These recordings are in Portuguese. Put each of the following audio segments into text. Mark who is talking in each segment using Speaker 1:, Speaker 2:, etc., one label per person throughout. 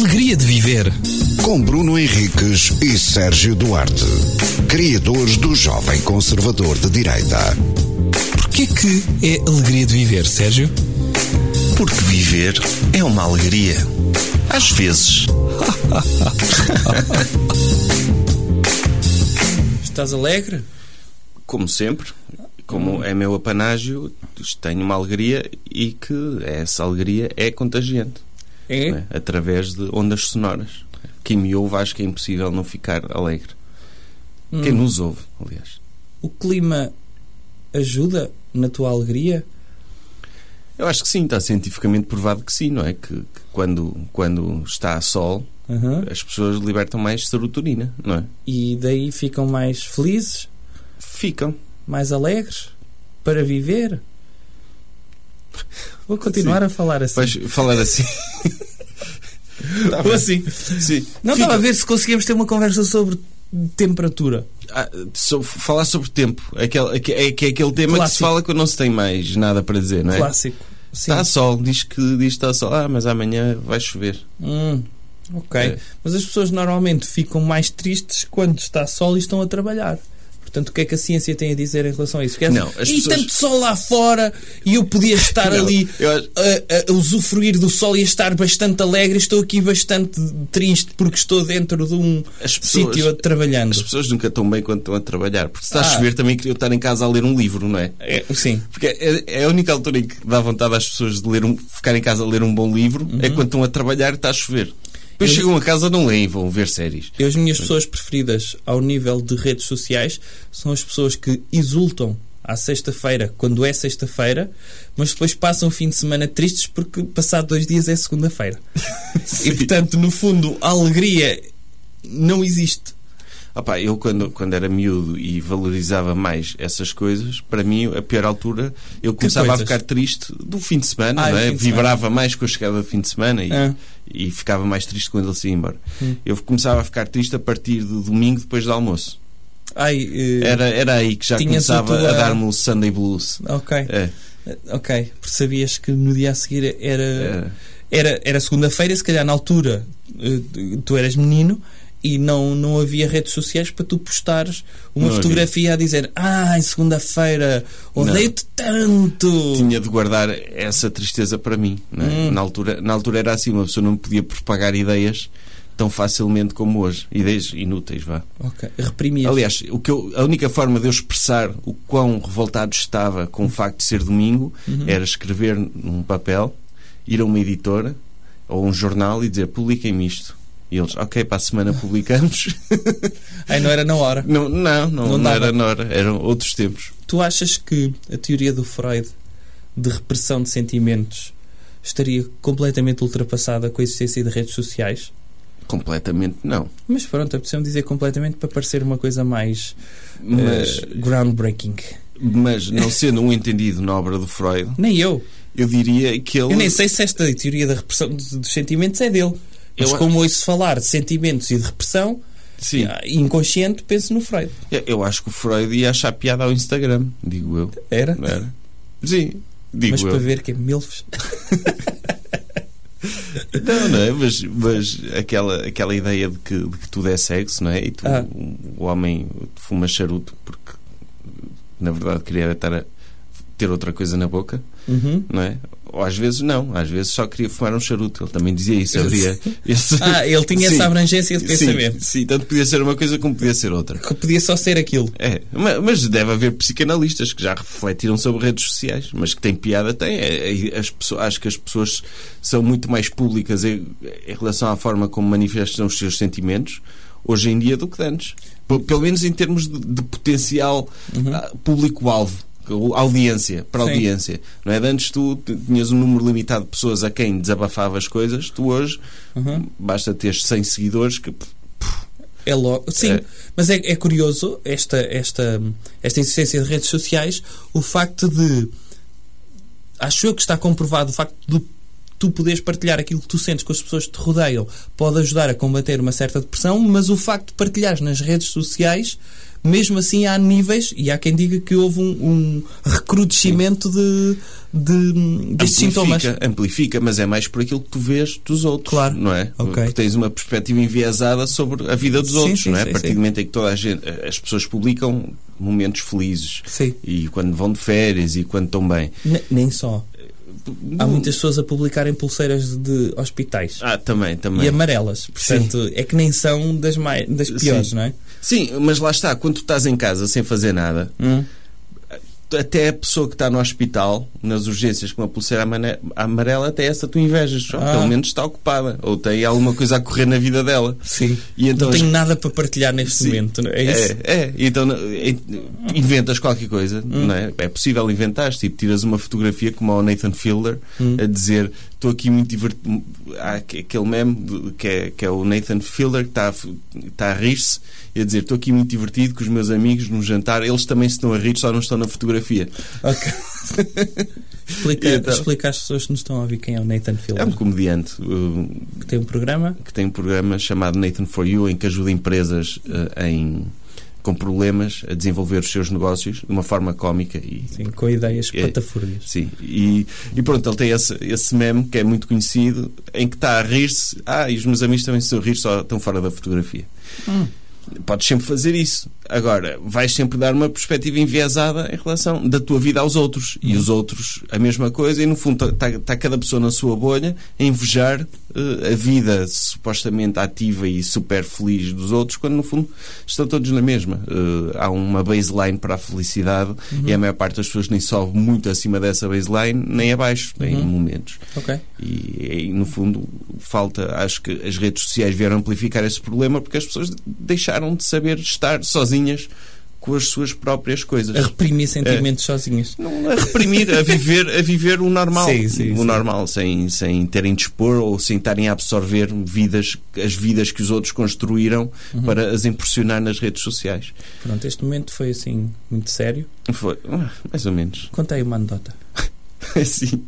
Speaker 1: gostaria de viver.
Speaker 2: Com Bruno Henriques e Sérgio Duarte, criadores do Jovem Conservador de Direita.
Speaker 1: Porquê que é alegria de viver, Sérgio?
Speaker 3: Porque viver é uma alegria. Às vezes.
Speaker 1: Estás alegre?
Speaker 3: Como sempre, como é meu apanágio, tenho uma alegria e que essa alegria é contagiante.
Speaker 1: É?
Speaker 3: não é? Através de ondas sonoras. Quem me ouve acho que é impossível não ficar alegre. Quem nos ouve, aliás.
Speaker 1: O clima ajuda na tua alegria?
Speaker 3: Eu acho que sim, está cientificamente provado que sim, não é? Que, que quando, quando está a sol,
Speaker 1: Aham.
Speaker 3: as pessoas libertam mais serotonina, não é?
Speaker 1: E daí ficam mais felizes,
Speaker 3: Ficam.
Speaker 1: mais alegres para viver? Vou continuar a falar assim.
Speaker 3: Vais falar assim. Tá
Speaker 1: Ou
Speaker 3: bem.
Speaker 1: assim.
Speaker 3: Sim.
Speaker 1: Não
Speaker 3: Fica.
Speaker 1: estava a ver se conseguíamos ter uma conversa sobre temperatura.
Speaker 3: Ah, so- falar sobre tempo. Aquele, aque- é que é aquele tema que se
Speaker 1: Clássico.
Speaker 3: fala quando não se tem mais nada para dizer, não é?
Speaker 1: Clássico. Sim.
Speaker 3: Está a sol, diz que diz que está a sol. Ah, mas amanhã vai chover.
Speaker 1: Hum, ok.
Speaker 3: É.
Speaker 1: Mas as pessoas normalmente ficam mais tristes quando está sol e estão a trabalhar. Portanto, o que é que a ciência tem a dizer em relação a isso? Porque é
Speaker 3: Não,
Speaker 1: assim,
Speaker 3: as
Speaker 1: e
Speaker 3: pessoas-
Speaker 1: tanto sol lá fora e eu podia estar
Speaker 3: Não,
Speaker 1: ali
Speaker 3: eu acho-
Speaker 1: a, a- a usufruir do sol e a estar bastante alegre. Estou aqui bastante triste porque estou dentro de um
Speaker 3: As pessoas-
Speaker 1: sítio a- trabalhando.
Speaker 3: As pessoas nunca estão bem quando estão a trabalhar. Porque se está a
Speaker 1: Ah.
Speaker 3: chover também queriam estar em casa a ler um livro, não é?
Speaker 1: É, sim.
Speaker 3: Porque é, é a única altura em que dá vontade às pessoas de ler um, ficar em casa a ler um bom livro é quando estão a trabalhar e está a chover. Depois
Speaker 1: Uhum. Eu-
Speaker 3: chegam a casa, não leem, vão ver séries.
Speaker 1: Eu, as minhas pessoas preferidas ao nível de redes sociais são as pessoas que exultam à sexta-feira, quando é sexta-feira, mas depois passam o fim de semana tristes porque passado dois dias é segunda-feira. e portanto, no fundo, a alegria não existe.
Speaker 3: Ah pá, eu quando, quando era miúdo e valorizava mais essas coisas, para mim a pior altura eu começava a
Speaker 1: coisas?
Speaker 3: ficar triste do fim de semana,
Speaker 1: Ah,
Speaker 3: não
Speaker 1: do
Speaker 3: é?
Speaker 1: fim de semana.
Speaker 3: vibrava mais com a chegada do fim de semana e,
Speaker 1: Ah.
Speaker 3: e ficava mais triste quando ele se ia embora.
Speaker 1: Hum.
Speaker 3: Eu começava a ficar triste a partir de domingo depois do almoço.
Speaker 1: Ai, eh,
Speaker 3: Era, era aí que já
Speaker 1: Tinhas a
Speaker 3: começava
Speaker 1: tua-
Speaker 3: a dar-me o Sunday Blues.
Speaker 1: ok,
Speaker 3: É,
Speaker 1: ok. Porque sabias que no dia a seguir era,
Speaker 3: é.
Speaker 1: era, era segunda-feira, e se calhar na altura eh, tu eras menino e não, não havia redes sociais para tu postares uma
Speaker 3: Não havia.
Speaker 1: fotografia a dizer Ai, segunda-feira, odeio-te tanto.
Speaker 3: Tinha de guardar essa tristeza para mim. não é?
Speaker 1: Hum.
Speaker 3: Na, altura, na altura era assim, uma pessoa não podia propagar ideias tão facilmente como hoje. Ideias inúteis, vá.
Speaker 1: Ok, reprimias.
Speaker 3: Aliás, o que eu- a única forma de eu expressar o quão revoltado estava com o facto de ser domingo
Speaker 1: Uhum.
Speaker 3: era escrever num papel, ir a uma editora ou um jornal e dizer publiquem-me isto. E eles, ok, para a semana publicamos.
Speaker 1: Ai, não era na hora.
Speaker 3: não, não, não,
Speaker 1: Não
Speaker 3: não
Speaker 1: dava.
Speaker 3: era na hora, eram outros tempos.
Speaker 1: Tu achas que a teoria do Freud de repressão de sentimentos estaria completamente ultrapassada com a existência de redes sociais?
Speaker 3: Completamente não.
Speaker 1: Mas pronto, apeteceu-me dizer completamente para parecer uma coisa mais
Speaker 3: Mas,
Speaker 1: eh, groundbreaking.
Speaker 3: mas não sendo um entendido na obra do Freud,
Speaker 1: Nem eu.
Speaker 3: eu diria que ele.
Speaker 1: Eu nem sei se esta teoria da repressão dos dos sentimentos é dele. Mas
Speaker 3: Eu-
Speaker 1: como ouço falar de sentimentos e de repressão,
Speaker 3: Sim,
Speaker 1: ah, inconsciente, penso no Freud.
Speaker 3: eu- eu acho que o Freud ia achar piada ao Instagram, digo eu.
Speaker 1: Era?
Speaker 3: Não era? Sim, digo
Speaker 1: mas
Speaker 3: eu.
Speaker 1: para ver que é milfes.
Speaker 3: Não, não é? Mas, mas aquela, aquela ideia de que, de que tudo é sexo, não é? E tu,
Speaker 1: Ah.
Speaker 3: o homem fuma charuto porque, na verdade, queria estar a ter outra coisa na boca,
Speaker 1: Uhum.
Speaker 3: não é? Ou às vezes não, às vezes só queria fumar um charuto. Ele também dizia isso, havia esse...
Speaker 1: Ah, ele tinha
Speaker 3: Sim,
Speaker 1: essa abrangência de pensamento.
Speaker 3: Sim, sim, tanto podia ser uma coisa como podia ser outra.
Speaker 1: Que podia só ser aquilo.
Speaker 3: É, ma- mas deve haver psicanalistas que já refletiram sobre redes sociais, mas que tem piada, tem. É, é, As pessoas, acho que as pessoas são muito mais públicas em, em relação à forma como manifestam os seus sentimentos hoje em dia do que antes. P- Pelo menos em termos de, de potencial ah, público-alvo. ou Audiência, para
Speaker 1: Sim.
Speaker 3: audiência. Não é? De antes tu t- tinhas um número limitado de pessoas a quem desabafava as coisas, tu hoje basta ter 100 seguidores que pff,
Speaker 1: É logo. Sim,
Speaker 3: É.
Speaker 1: mas é, é curioso esta, esta, esta existência de redes sociais, o facto de. Acho eu que está comprovado o facto de tu poderes partilhar aquilo que tu sentes com as pessoas que te rodeiam pode ajudar a combater uma certa depressão, mas o facto de partilhares nas redes sociais, mesmo assim há níveis, e há quem diga que houve um, um recrudescimento de, de, destes sintomas.
Speaker 3: Amplifica, mas é mais por aquilo que tu vês dos outros,
Speaker 1: Claro.
Speaker 3: não é?
Speaker 1: Ok.
Speaker 3: Porque tens uma perspectiva enviesada sobre a vida dos
Speaker 1: Sim,
Speaker 3: outros,
Speaker 1: sim,
Speaker 3: não é?
Speaker 1: sim,
Speaker 3: a partir
Speaker 1: sim.
Speaker 3: do momento em que toda a gente, eh, as pessoas publicam momentos felizes
Speaker 1: Sim.
Speaker 3: e quando vão de férias e quando estão bem.
Speaker 1: Ne- nem só. Há muitas pessoas a publicarem pulseiras de hospitais.
Speaker 3: Ah, também, também.
Speaker 1: E amarelas, portanto, é que nem são das, mai- das piores,
Speaker 3: Sim.
Speaker 1: não é?
Speaker 3: Sim, mas lá está, quando tu estás em casa sem fazer nada,
Speaker 1: Hum.
Speaker 3: até a pessoa que está no hospital, nas urgências, com uma pulseira amane- amarela, até essa tu invejas. Ou,
Speaker 1: Ah.
Speaker 3: Pelo menos está ocupada. Ou tem alguma coisa a correr na vida dela.
Speaker 1: Sim.
Speaker 3: E então
Speaker 1: não tenho nada para partilhar neste
Speaker 3: Sim.
Speaker 1: momento, não é isso?
Speaker 3: É, é. Então é, inventas qualquer coisa,
Speaker 1: Hum.
Speaker 3: não é? É possível inventar, tipo, tiras uma fotografia como ao Nathan Fielder
Speaker 1: Hum.
Speaker 3: a dizer estou aqui muito divertido. Há aqu- aquele meme de- que é, que é o Nathan Fielder que está a, f- está a rir-se e a dizer estou aqui muito divertido com os meus amigos num jantar, eles também se estão a rir, só não estão na fotografia.
Speaker 1: Ok. explica,
Speaker 3: E então?
Speaker 1: explica às pessoas que nos estão a ouvir quem é o Nathan
Speaker 3: É
Speaker 1: Fielder,
Speaker 3: um comediante uh,
Speaker 1: que tem um programa.
Speaker 3: que tem um programa chamado Nathan for You em que ajuda empresas uh, em com problemas a desenvolver os seus negócios de uma forma cómica e
Speaker 1: Sim, com ideias
Speaker 3: É.
Speaker 1: patafúrdias.
Speaker 3: Sim, e, e pronto, ele tem esse, esse meme que é muito conhecido em que está a rir-se. Ah, e os meus amigos também se estão a rir, só estão fora da fotografia. Podes sempre fazer isso. Agora, vais sempre dar uma perspectiva enviesada em relação da tua vida aos outros. E os outros, a mesma coisa. E no fundo, está cada pessoa na sua bolha a invejar eh, a vida supostamente ativa e super feliz dos outros, quando no fundo estão todos na mesma. Eh, há uma baseline para a felicidade e a maior parte das pessoas nem sobe muito acima dessa baseline, nem abaixo, em momentos.
Speaker 1: Ok.
Speaker 3: E, e, no fundo falta, acho que as redes sociais vieram amplificar esse problema porque as pessoas deixaram de saber estar sozinhas com as suas próprias coisas.
Speaker 1: A reprimir sentimentos
Speaker 3: É.
Speaker 1: sozinhas.
Speaker 3: Não, a reprimir, a viver, a viver o normal,
Speaker 1: Sim, sim,
Speaker 3: o
Speaker 1: sim.
Speaker 3: normal, sem, sem terem de expor ou sem estarem a absorver vidas, as vidas que os outros construíram
Speaker 1: Uhum.
Speaker 3: para as impressionar nas redes sociais.
Speaker 1: Pronto, este momento foi assim, muito sério.
Speaker 3: Foi, ah, mais ou menos.
Speaker 1: Conta aí uma anedota.
Speaker 3: Sim.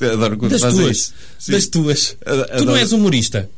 Speaker 3: Adoro quando
Speaker 1: Das
Speaker 3: fazem
Speaker 1: tuas.
Speaker 3: isso. Sim.
Speaker 1: Das tuas.
Speaker 3: Ad-
Speaker 1: Tu não
Speaker 3: adoro-
Speaker 1: és um- humorista.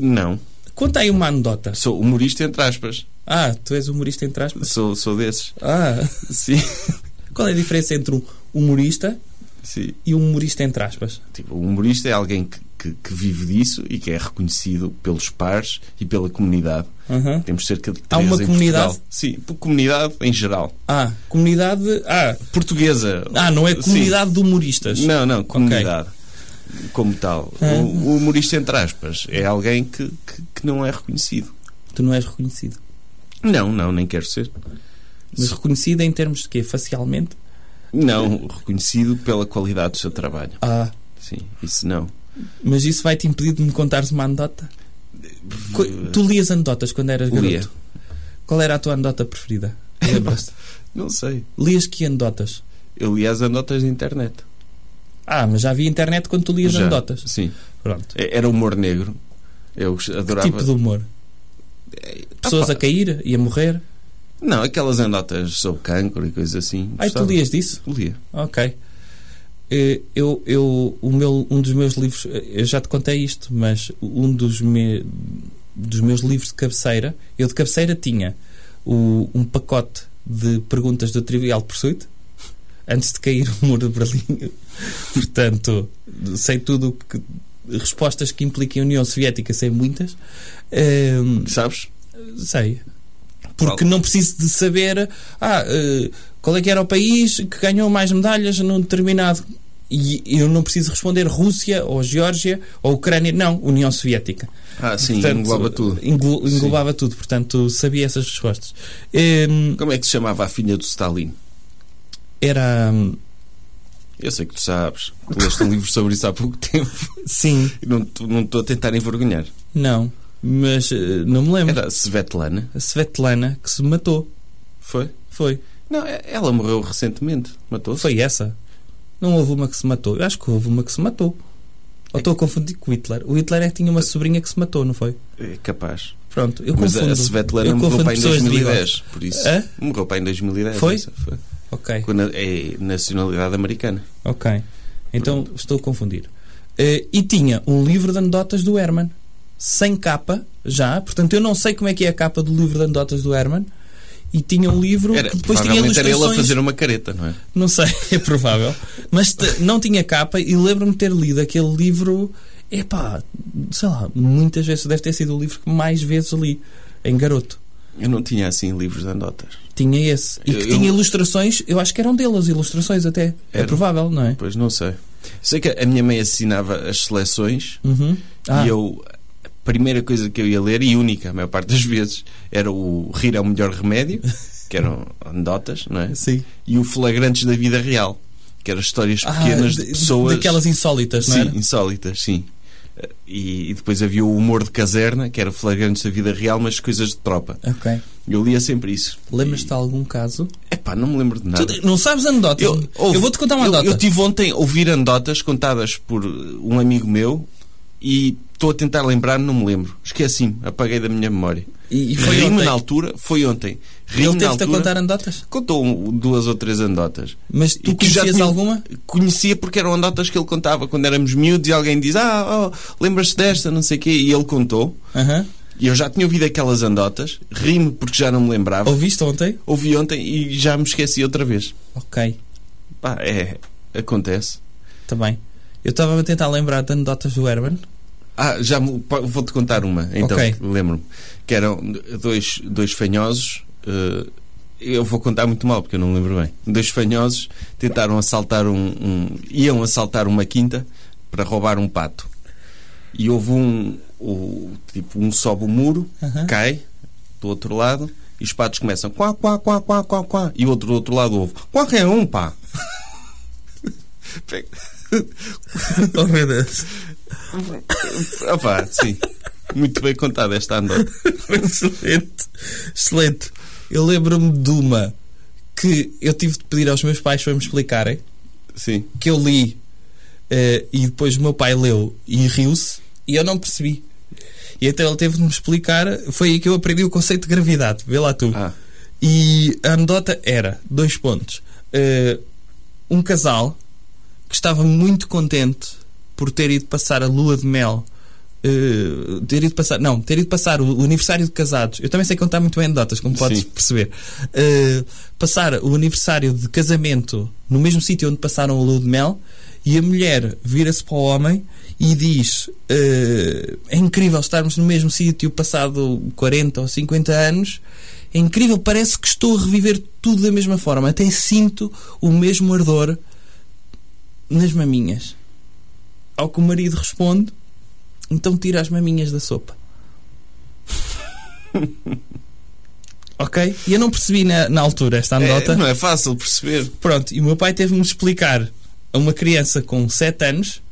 Speaker 3: Não,
Speaker 1: Conta aí uma anedota.
Speaker 3: sou humorista entre aspas.
Speaker 1: Ah, tu és humorista entre aspas.
Speaker 3: Sou, sou desses.
Speaker 1: Ah,
Speaker 3: Sim,
Speaker 1: qual é a diferença entre um humorista
Speaker 3: sim.
Speaker 1: e um humorista entre aspas?
Speaker 3: Tipo, o humorista é alguém que, que- que vive disso e que é reconhecido pelos pares e pela comunidade.
Speaker 1: Aham.
Speaker 3: Temos cerca de
Speaker 1: Uhum. Há
Speaker 3: três
Speaker 1: uma
Speaker 3: em
Speaker 1: comunidade?
Speaker 3: Portugal. Sim, por comunidade em geral.
Speaker 1: Ah, comunidade. Ah,
Speaker 3: Portuguesa.
Speaker 1: ah, não é comunidade de humoristas.
Speaker 3: Sim. Não, não, comunidade. Como tal.
Speaker 1: É.
Speaker 3: O, o humorista, entre aspas, é alguém que, que, que não é reconhecido.
Speaker 1: Tu não és reconhecido.
Speaker 3: Não, não, nem quero ser.
Speaker 1: Mas reconhecido em termos de quê? Facialmente?
Speaker 3: Não, reconhecido pela qualidade do seu trabalho.
Speaker 1: Ah,
Speaker 3: Sim, isso não.
Speaker 1: mas isso vai-te impedir de me contares uma anedota? Co- Tu lias anedotas quando eras garoto?
Speaker 3: Lia.
Speaker 1: Qual era a tua anedota preferida? Lembras-te?
Speaker 3: Não sei.
Speaker 1: lias que anedotas?
Speaker 3: Eu li as anotas da internet.
Speaker 1: Ah, mas já havia internet quando tu lias
Speaker 3: Já.
Speaker 1: anedotas.
Speaker 3: Sim.
Speaker 1: Pronto.
Speaker 3: É- Era humor negro. Eu gost- adorava. É,
Speaker 1: Tipo de humor? Pessoas
Speaker 3: pá.
Speaker 1: a cair e a morrer?
Speaker 3: Não, aquelas anedotas sobre cancro e coisas assim.
Speaker 1: Ai, tu
Speaker 3: Gostava.
Speaker 1: lias disso?
Speaker 3: Lia.
Speaker 1: Ok. Eh, Eu, eu, o meu, um dos meus livros, eh, eu já te contei isto, mas um dos, me- dos meus livros de cabeceira, eu de cabeceira tinha o- um pacote de perguntas do Trivial Pursuit antes de cair o muro de Berlim. Portanto, sei tudo o que. Respostas que impliquem a União Soviética, sei muitas. Ehm,
Speaker 3: Sabes?
Speaker 1: Sei. Porque não preciso de saber ah, eh, qual é que era o país que ganhou mais medalhas num determinado. E eu não preciso responder Rússia ou Geórgia ou Ucrânia, não, União Soviética.
Speaker 3: Ah, sim,
Speaker 1: Portanto,
Speaker 3: englobava tudo.
Speaker 1: englo- englobava tudo, portanto sabia essas respostas. Hum,
Speaker 3: Como é que se chamava a filha do Stalin?
Speaker 1: era. hum,
Speaker 3: Eu sei que tu sabes. Tu leste um livro sobre isso há pouco tempo.
Speaker 1: Sim,
Speaker 3: E Não tu- não estou a tentar envergonhar.
Speaker 1: não, mas eh, não me lembro.
Speaker 3: Era a Svetlana?
Speaker 1: A Svetlana que se matou.
Speaker 3: Foi?
Speaker 1: Foi.
Speaker 3: Não, é- ela morreu recentemente. Matou-se?
Speaker 1: Foi essa? Não houve uma que se matou? Eu acho que houve uma que se matou. Ou estou a confundir com o Hitler. O Hitler é que tinha uma sobrinha que se matou, não foi?
Speaker 3: É capaz.
Speaker 1: Pronto, eu
Speaker 3: Mas
Speaker 1: confundo.
Speaker 3: a- a Svetlana
Speaker 1: eu
Speaker 3: morreu
Speaker 1: confundo
Speaker 3: para em
Speaker 1: pessoas de
Speaker 3: 2010. Por isso.
Speaker 1: Hã?
Speaker 3: Morreu para em 2010.
Speaker 1: Foi?
Speaker 3: essa foi.
Speaker 1: bigode. Ok,
Speaker 3: Com na- é nacionalidade americana.
Speaker 1: ok. Então estou a confundir. Eh, e tinha um livro de anedotas do Herman, sem capa já, portanto eu não sei como é que é a capa do livro de anedotas do Herman. E tinha um livro
Speaker 3: Era,
Speaker 1: que depois tinha
Speaker 3: provavelmente era ele a
Speaker 1: ilustrações.
Speaker 3: fazer uma careta, não é?
Speaker 1: Não sei, é provável. Mas te- não tinha capa e lembro-me de ter lido aquele livro. Epá, sei lá, muitas vezes deve ter sido o livro que mais vezes li em garoto.
Speaker 3: Eu não tinha assim livros de anedotas.
Speaker 1: Tinha esse. E que
Speaker 3: Eu-
Speaker 1: tinha
Speaker 3: eu-
Speaker 1: ilustrações, eu acho que eram dele as ilustrações até. É
Speaker 3: Era.
Speaker 1: provável, não é?
Speaker 3: Pois não sei. Sei que a minha mãe assinava as seleções
Speaker 1: Uhum. Ah,
Speaker 3: e eu. A primeira coisa que eu ia ler, e única, a maior parte das vezes, era o Rir é o Melhor Remédio, que eram anedotas, não é?
Speaker 1: sim.
Speaker 3: E o Flagrantes da Vida Real, que eram histórias
Speaker 1: Ah,
Speaker 3: pequenas de
Speaker 1: de-
Speaker 3: pessoas.
Speaker 1: Daquelas insólitas, não é?
Speaker 3: Sim,
Speaker 1: era?
Speaker 3: insólitas, sim. E, e depois havia o humor de caserna, que era flagrantes da vida real, mas coisas de tropa.
Speaker 1: Ok.
Speaker 3: Eu lia sempre isso.
Speaker 1: Ah. Lembras-te de algum caso?
Speaker 3: E, epá, não me lembro de nada.
Speaker 1: Tu não sabes anedotas? Eu,
Speaker 3: ouve,
Speaker 1: vou-te contar uma
Speaker 3: eu-
Speaker 1: anedota.
Speaker 3: Eu tive ontem a ouvir anedotas contadas por uh, um amigo meu e estou a tentar lembrar, não me lembro. Esqueci-me, apaguei da minha memória.
Speaker 1: E, e foi
Speaker 3: Ri-me
Speaker 1: ontem.
Speaker 3: na altura, foi ontem. Ri-me
Speaker 1: Ele
Speaker 3: na
Speaker 1: teve-te a
Speaker 3: altura.
Speaker 1: contar anedotas?
Speaker 3: Contou um- duas ou três anedotas.
Speaker 1: Mas tu
Speaker 3: E que já
Speaker 1: conhecias
Speaker 3: tinha-
Speaker 1: alguma?
Speaker 3: Conhecia porque eram anedotas que ele contava quando éramos miúdos e alguém diz: Ah, oh, lembras-te desta, não sei o quê. E ele contou.
Speaker 1: Aham.
Speaker 3: E eu já tinha ouvido aquelas anedotas, ri-me porque já não me lembrava.
Speaker 1: Ouviste ontem?
Speaker 3: Ouvi ontem e já me esqueci outra vez.
Speaker 1: Ok.
Speaker 3: Pá, é. Acontece.
Speaker 1: Também. Eu estava a tentar lembrar de anedotas do Herman.
Speaker 3: Ah, já me- pá, vou-te contar uma, então,
Speaker 1: Ok.
Speaker 3: lembro-me. Que eram dois, dois fanhosos. eh, eu vou contar muito mal, porque eu não me lembro bem. Dois fanhosos tentaram assaltar um, um- iam assaltar uma quinta para roubar um pato. E houve um. o- tipo, um sobe o muro,
Speaker 1: Aham.
Speaker 3: cai do outro lado e os patos começam quá, quá, quá, quá, quá, quá. E o outro do outro lado ouve quá é um, pá.
Speaker 1: Oh meu Deus.
Speaker 3: Opa, Ah, sim. Muito bem contado esta anedota.
Speaker 1: Excelente. Excelente. Eu lembro-me de uma que eu tive de pedir aos meus pais para me explicarem,
Speaker 3: Sim.
Speaker 1: que eu li eh, e depois o meu pai leu e riu-se e eu não percebi. E então ele teve de me explicar, foi aí que eu aprendi o conceito de gravidade. Vê lá tu.
Speaker 3: Ah.
Speaker 1: E a anedota era: dois pontos. Eh, um casal que estava muito contente por ter ido passar a lua de mel. eh, ter ido passar, não, ter ido passar o, o aniversário de casados. Eu também sei contar muito bem anedotas, como podes
Speaker 3: Sim.
Speaker 1: perceber. Eh, passar o aniversário de casamento no mesmo sítio onde passaram a lua de mel e a mulher vira-se para o homem e diz: eh, É incrível estarmos no mesmo sítio passado 40 ou 50 anos. É incrível, parece que estou a reviver tudo da mesma forma. Até sinto o mesmo ardor nas maminhas. Ao que o marido responde: Então tira as maminhas da sopa. ok? E eu não percebi na, na altura esta anedota.
Speaker 3: É, não é fácil perceber.
Speaker 1: Pronto, e o meu pai teve-me de explicar a uma criança com 7 anos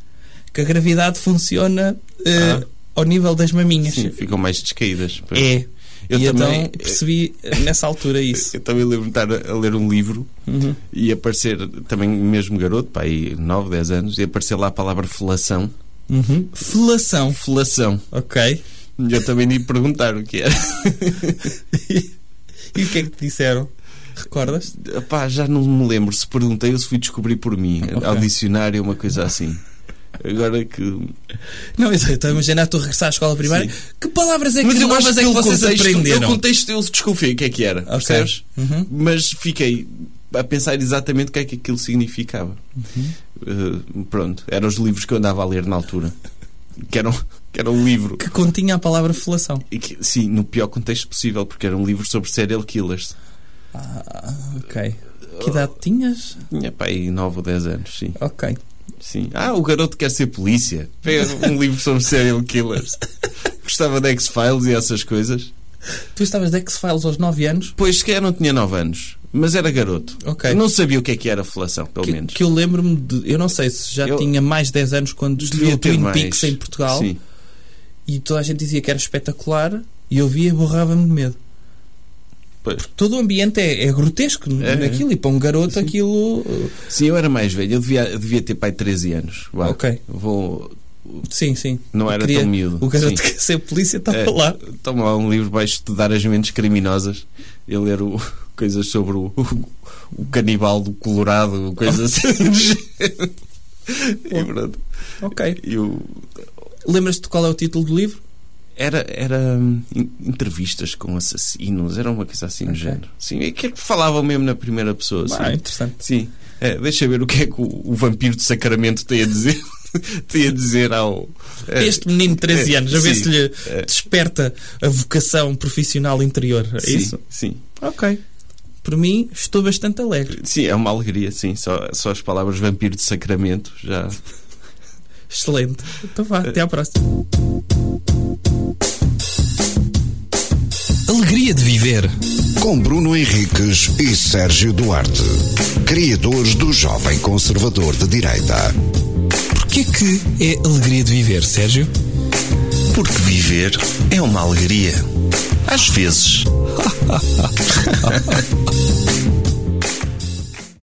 Speaker 1: que a gravidade funciona eh,
Speaker 3: Ah.
Speaker 1: ao nível das maminhas.
Speaker 3: Sim, ficam mais descaídas. Pois.
Speaker 1: É.
Speaker 3: Eu
Speaker 1: e
Speaker 3: também-
Speaker 1: então percebi eh, nessa altura isso.
Speaker 3: Eu também lembro-me de estar a a ler um livro
Speaker 1: Uhum.
Speaker 3: e aparecer, também mesmo garoto, pá, aí 9, 10 anos, e aparecer lá a palavra felação.
Speaker 1: Uhum. Felação.
Speaker 3: Felação.
Speaker 1: Ok.
Speaker 3: E Eu também ia perguntar o que era.
Speaker 1: E o que é que te disseram? Recordas?
Speaker 3: Pá, já não me lembro se perguntei ou se fui descobrir por mim.
Speaker 1: Ok.
Speaker 3: Ao dicionário, uma coisa assim. Agora que.
Speaker 1: Não, eu estou a imaginar tu regressar à escola primária. Que palavras é que,
Speaker 3: Mas eu
Speaker 1: novas
Speaker 3: acho
Speaker 1: é
Speaker 3: que
Speaker 1: que
Speaker 3: o
Speaker 1: vocês
Speaker 3: contexto, eu
Speaker 1: aprenderam?
Speaker 3: contexto eu desconfiei o que é que era,
Speaker 1: Ok.
Speaker 3: percebes?
Speaker 1: Uhum.
Speaker 3: Mas fiquei a pensar exatamente o que é que aquilo significava. Eh, pronto, eram os livros que eu andava a ler na altura. Que eram, que era um livro.
Speaker 1: Que continha a palavra felação.
Speaker 3: e que- sim, no pior contexto possível, porque era um livro sobre serial killers.
Speaker 1: Ah, ok. Que idade tinhas?
Speaker 3: Tinha pá, aí 9 ou 10 anos, sim.
Speaker 1: Ok.
Speaker 3: sim. Ah, o garoto quer ser polícia. Pega um livro sobre serial killers. Gostava de X-Files e essas coisas.
Speaker 1: Tu estavas de X-Files aos 9 anos?
Speaker 3: Pois, se calhar não tinha 9 anos, mas era garoto.
Speaker 1: Ok.
Speaker 3: Não sabia o que é que era felação, pelo
Speaker 1: que,
Speaker 3: menos.
Speaker 1: que eu lembro-me de. Eu não sei se já
Speaker 3: Eu-
Speaker 1: tinha mais de 10 anos quando estudei o
Speaker 3: ter
Speaker 1: Twin
Speaker 3: mais.
Speaker 1: Peaks em Portugal
Speaker 3: Sim.
Speaker 1: e toda a gente dizia que era espetacular e eu via e borrava-me de medo.
Speaker 3: Pois.
Speaker 1: Porque todo o ambiente é, é grotesco
Speaker 3: É,
Speaker 1: naquilo e para um garoto aquilo. uh,
Speaker 3: Sim, eu era mais velho. Eu devia, eu devia ter pai 13 anos. Vá.
Speaker 1: Ok.
Speaker 3: Vou...
Speaker 1: Sim, sim.
Speaker 3: Não
Speaker 1: Eu
Speaker 3: era
Speaker 1: queria-
Speaker 3: tão miúdo.
Speaker 1: O garoto
Speaker 3: Sim.
Speaker 1: quer ser polícia estava
Speaker 3: É,
Speaker 1: lá.
Speaker 3: Toma lá um livro para estudar as mentes criminosas e ler o- coisas sobre o, o canibal do Colorado, coisas assim. do género. e pronto.
Speaker 1: Ok.
Speaker 3: Eu,
Speaker 1: Lembras-te de qual é o título do livro?
Speaker 3: era, era hum, in- entrevistas com assassinos, era uma coisa assim do
Speaker 1: Ok.
Speaker 3: género. Sim, é que é que falavam mesmo na primeira pessoa.
Speaker 1: Ah,
Speaker 3: Assim.
Speaker 1: interessante.
Speaker 3: Sim, É, deixa eu ver o que é que o, o vampiro de Sacramento tem a dizer. tem a dizer ao. é,
Speaker 1: Este menino de 13
Speaker 3: é,
Speaker 1: anos, a ver
Speaker 3: sim.
Speaker 1: se lhe
Speaker 3: É.
Speaker 1: desperta a vocação profissional interior. É
Speaker 3: sim,
Speaker 1: isso?
Speaker 3: Sim.
Speaker 1: Ok. Por mim, estou bastante alegre.
Speaker 3: Sim, é uma alegria, sim. Só, só as palavras vampiro de Sacramento já.
Speaker 1: Excelente. Então vá, até à próxima.
Speaker 4: Alegria de viver.
Speaker 2: Com Bruno Henriques e Sérgio Duarte, criadores do Jovem Conservador de Direita.
Speaker 4: Porquê que é alegria de viver, Sérgio?
Speaker 5: Porque viver é uma alegria. Às vezes.